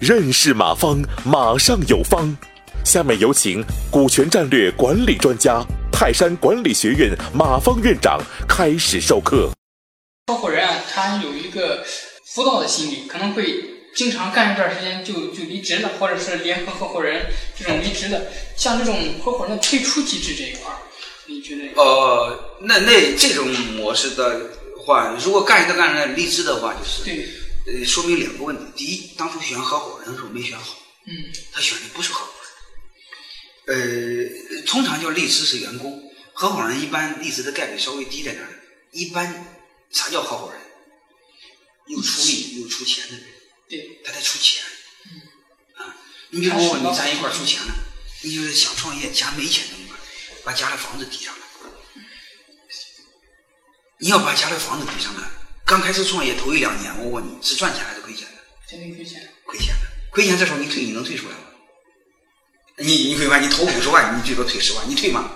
认识马方，马上有方。下面有请股权战略管理专家、泰山管理学院马方院长开始授课。合伙人啊，他有一个浮躁的心理，可能会经常干一段时间就就离职了，或者是联合合伙人这种离职的。像这种合伙人的退出机制这一块儿，你觉得？呃，那那这种模式的话，如果干一个干着离职的话，就是对，呃，说明两个问题：第一，当初选合伙人的时候没选好，嗯他选的不是合伙人。呃，通常叫离职是员工，合伙人一般离职的概率稍微低在哪儿？一般啥叫合伙人？有出力有出钱的人，对，他得出钱。啊，你比如我你咱一块儿出钱了，你就是想创业，家没钱怎么办？把家的房子抵上了。你要把家的房子抵上了，刚开始创业头一两年，我问你是赚钱还是亏钱的？肯定亏钱。亏钱的，亏钱这时候你退，你能退出来吗？你你会吧？你投五十万，你最多退十万，你退吗？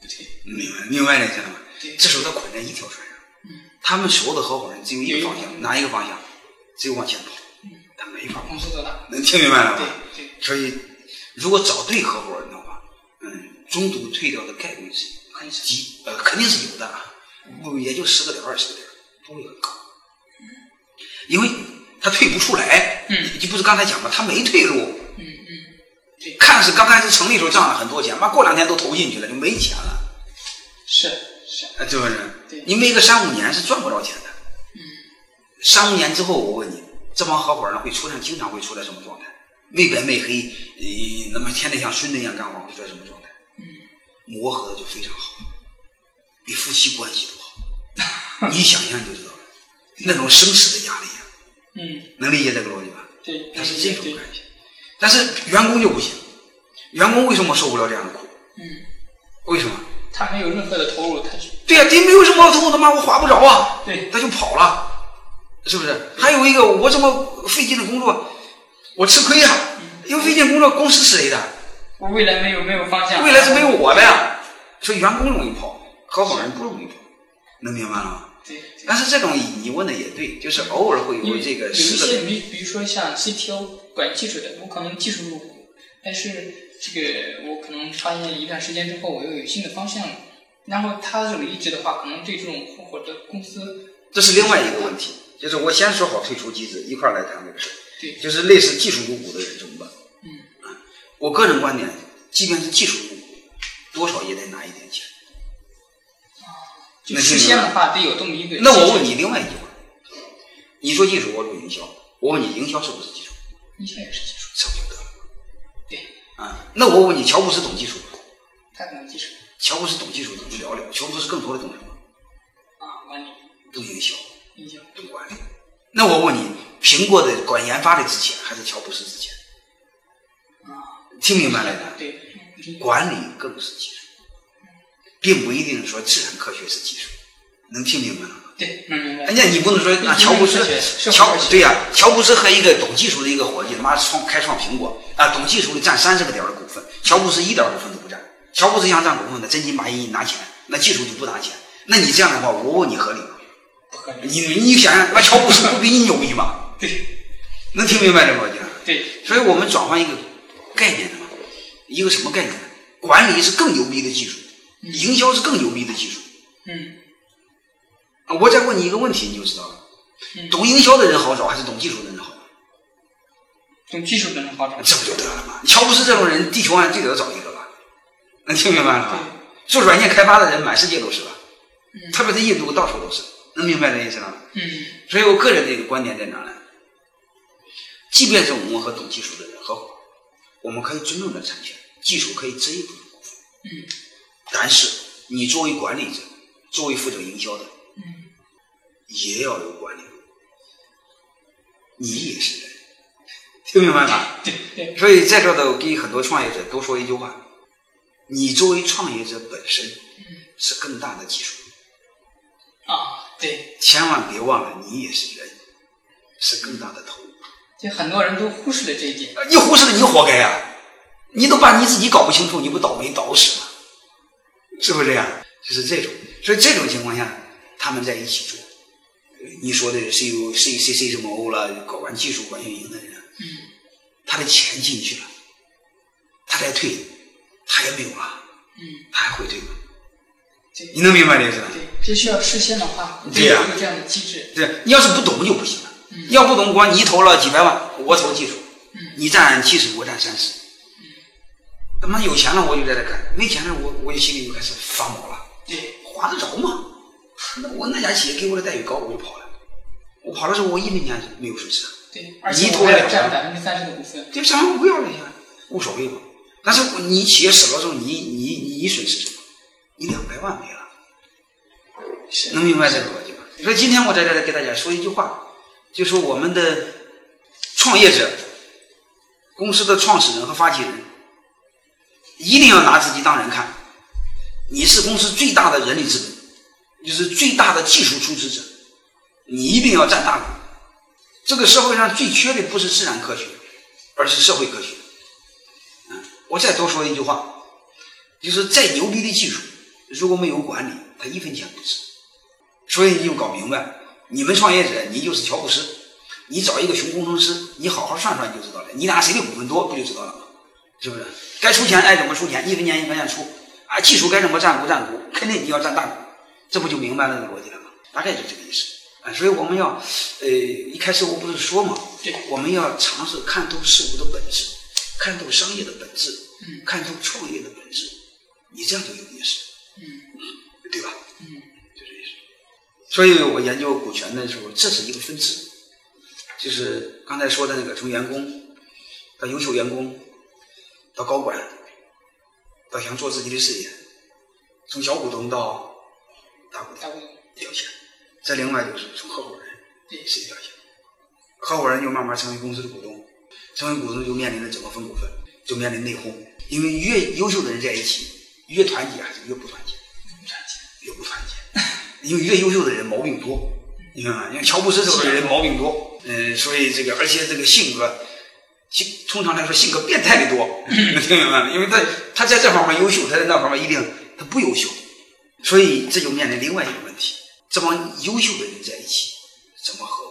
不对，明白明白这意思了吗对？这时候他捆在一条船上嗯，他们所有的合伙人只有一个方有一向，个哪一个方向？只有往前跑，他没法跑。公司做大。能听明白了对吗？对，所以，如果找对合伙人的话，嗯，中途退掉的概率是很小。极呃肯定是有的，啊，不也就十个点儿二十个点儿，不会很高，因为他退不出来。嗯就不是刚才讲嘛，他没退路，嗯嗯，看似刚开始成立的时候赚了很多钱，妈过两天都投进去了就没钱了，是是，哎，对不对对？你没个三五年是赚不着钱的。嗯，三五年之后，我问你，这帮合伙人会出现经常会出来什么状态？没白没黑，呃，那么天天像孙子一样干活，会出来什么状态？嗯，磨合的就非常好，比夫妻关系都好。 你想象就知道了，那种生死的压力啊，嗯能理解这个逻辑吧？对，它是这种对关系，但是员工就不行，员工为什么受不了这样的苦？嗯，为什么？他没有任何的投入，他是对呀、这没有什么头，他妈我划不着啊，对他就跑了，是不是？还有一个，我这么费劲的工作，我吃亏呀、因为费劲工作，公司是谁的？嗯我未来没有没有方向，未来是没有我的呀，所以员工容易跑，合伙人不容易跑，能明白了吗？对。对但是这种你问的也对，就是偶尔会因有为这有个一十个些，点，比比如说像 CTO 管技术的，我可能技术入股，但是这个我可能发现一段时间之后，我又有新的方向了。然后他这个离职的话，可能对这种合伙的公司，这是另外一个问题。就是我先说好退出机制，一块儿来谈这个事儿。对就是类似技术入股的人怎么办？啊嗯，我个人观点，即便是技术入股，多少也得拿一点钱。就那事是先的话得有这么一个。那我问，你另外一句话，你说技术，我说营销，我问你营销是不是技术？你现在也是技术，是不是？对，啊，那我问你，乔布斯懂技术吗？他可能技术乔布斯懂技术，懂聊聊。乔布斯更多的懂什么？啊，管理懂营销，营销，懂管理。那我问你，苹果的管研发的值钱还是乔布斯值钱？啊听明白了吗？对，嗯管理更是技术，并不一定说自然科学是技术，能听明白了吗？对，能明白人。家你不能说啊，乔布斯科学社，会乔科学对呀、乔布斯和一个懂技术的一个伙计，他妈创开创苹果啊，懂技术的占三十个点儿的股份，乔布斯一点儿股份都不占。乔布斯想占股份的，真金白银拿钱，那技术就不拿钱。那你这样的话，我问你合理吗？不合理。你你想想，那乔布斯不比你牛逼吗？对能听明白这个逻辑吗？对，所以我们转换一个概念的嘛，一个什么概念呢？管理是更牛逼的技术，营销是更牛逼的技术。嗯啊我再问你一个问题，你就知道了嗯。懂营销的人好找，还是懂技术的人好找？懂技术的人好 找。这不就得了吗？乔布斯这种人，地球上最得找一个吧？能听明白了吗？ 做软件开发的人，满世界都是吧？嗯特别是印度，到处都是。能明白这意思吗？嗯所以我个人的一个观点在哪呢？即便是我们和懂技术的人合伙，我们可以尊重的产权，技术可以这一部分股份。嗯但是你作为管理者，作为负责营销的，嗯，也要有管理。你也是人，听明白吗？对对，所以在座的我给很多创业者都说一句话：你作为创业者本身是更大的技术，啊对。千万别忘了你也是人，是更大的投入。就很多人都忽视了这一点。你忽视了，你活该呀、你都把你自己搞不清楚，你不倒霉倒死吗？是不是这样？就是这种，所以这种情况下，他们在一起做，呃你说的谁有谁谁谁什么欧了，搞完技术管运营的人，啊他的钱进去了，他再退，他也没有了，嗯，他还会退吗？对你能明白这个意思吧？对，这需要事先的话，对呀有这样的机制，对，你要是不懂就不行了。要不懂，光你投了几百万，我投技术，你占七十，我占三十。他妈有钱了我就在这干，没钱了我我就心里就开始发毛了，对，划得着吗？ 那我那家企业给我的待遇高，我就跑了。我跑的时候我一分钱没有损失，啊对，而且你我投还了占百分之三十的股份，这账不要了呀，无所谓嘛。但是你企业死了之后，你你你你损失什么？你两百万没了。是能明白这个逻辑吗？所以今天我在这里给大家说一句话，就说我们的创业者、公司的创始人和发起人，一定要拿自己当人看。你是公司最大的人力资本，就是最大的技术出资者，你一定要占大股。这个社会上最缺的不是自然科学，而是社会科学。嗯，我再多说一句话，就是再牛逼的技术，如果没有管理，它一分钱不值。所以你就搞明白，你们创业者，你就是乔布斯，你找一个熊工程师，你好好算算就知道了，你俩谁的股份多不就知道了吗？是不是？该出钱爱怎么出钱，一分钱一分钱出啊，技术该怎么占股占股，肯定你要占大股，这不就明白了那个逻辑了吗？大概就这个意思。啊，所以我们要，呃，一开始我不是说嘛，对我们要尝试看透事物的本质，看透商业的本质，嗯看透创业的本质，你这样就有意思，嗯对吧？嗯，所以我研究股权的时候，这是一个分支，就是刚才说的那个，从员工到优秀员工，到高管，到想做自己的事业，从小股东到大股东大部分表现。再另外就是从合伙人对谁表现，合伙人就慢慢成为公司的股东，成为股东就面临着怎么分股份，就面临内讧，因为越优秀的人在一起，越团结还是越不团结。不赚钱，越不团结，因为越优秀的人毛病多，你明白吗？像乔布斯这种人毛病多，嗯、所以这个而且这个性格，性通常来说性格变态的多，能听明白吗？因为他他在这方面优秀，他在那方面一定他不优秀，所以这就面临另外一个问题：这帮优秀的人在一起怎么合伙？